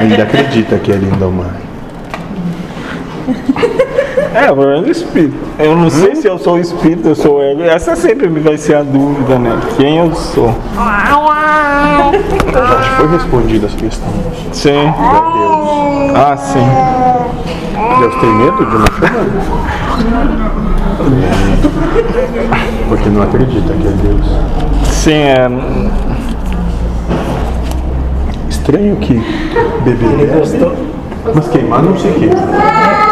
Ele acredita que é lindo ao mar. É, pelo menos o espírito. Eu não sei se eu sou o espírito, eu sou ele. Essa sempre me vai ser a dúvida, né? Quem eu sou? Então já te foi respondida essa questão. Sim. Deus. Ah, sim. Deus tem medo de uma chamada? Porque não acredita que é Deus. Sim, é. Estranho que beber bebe, mas queimar não se queima.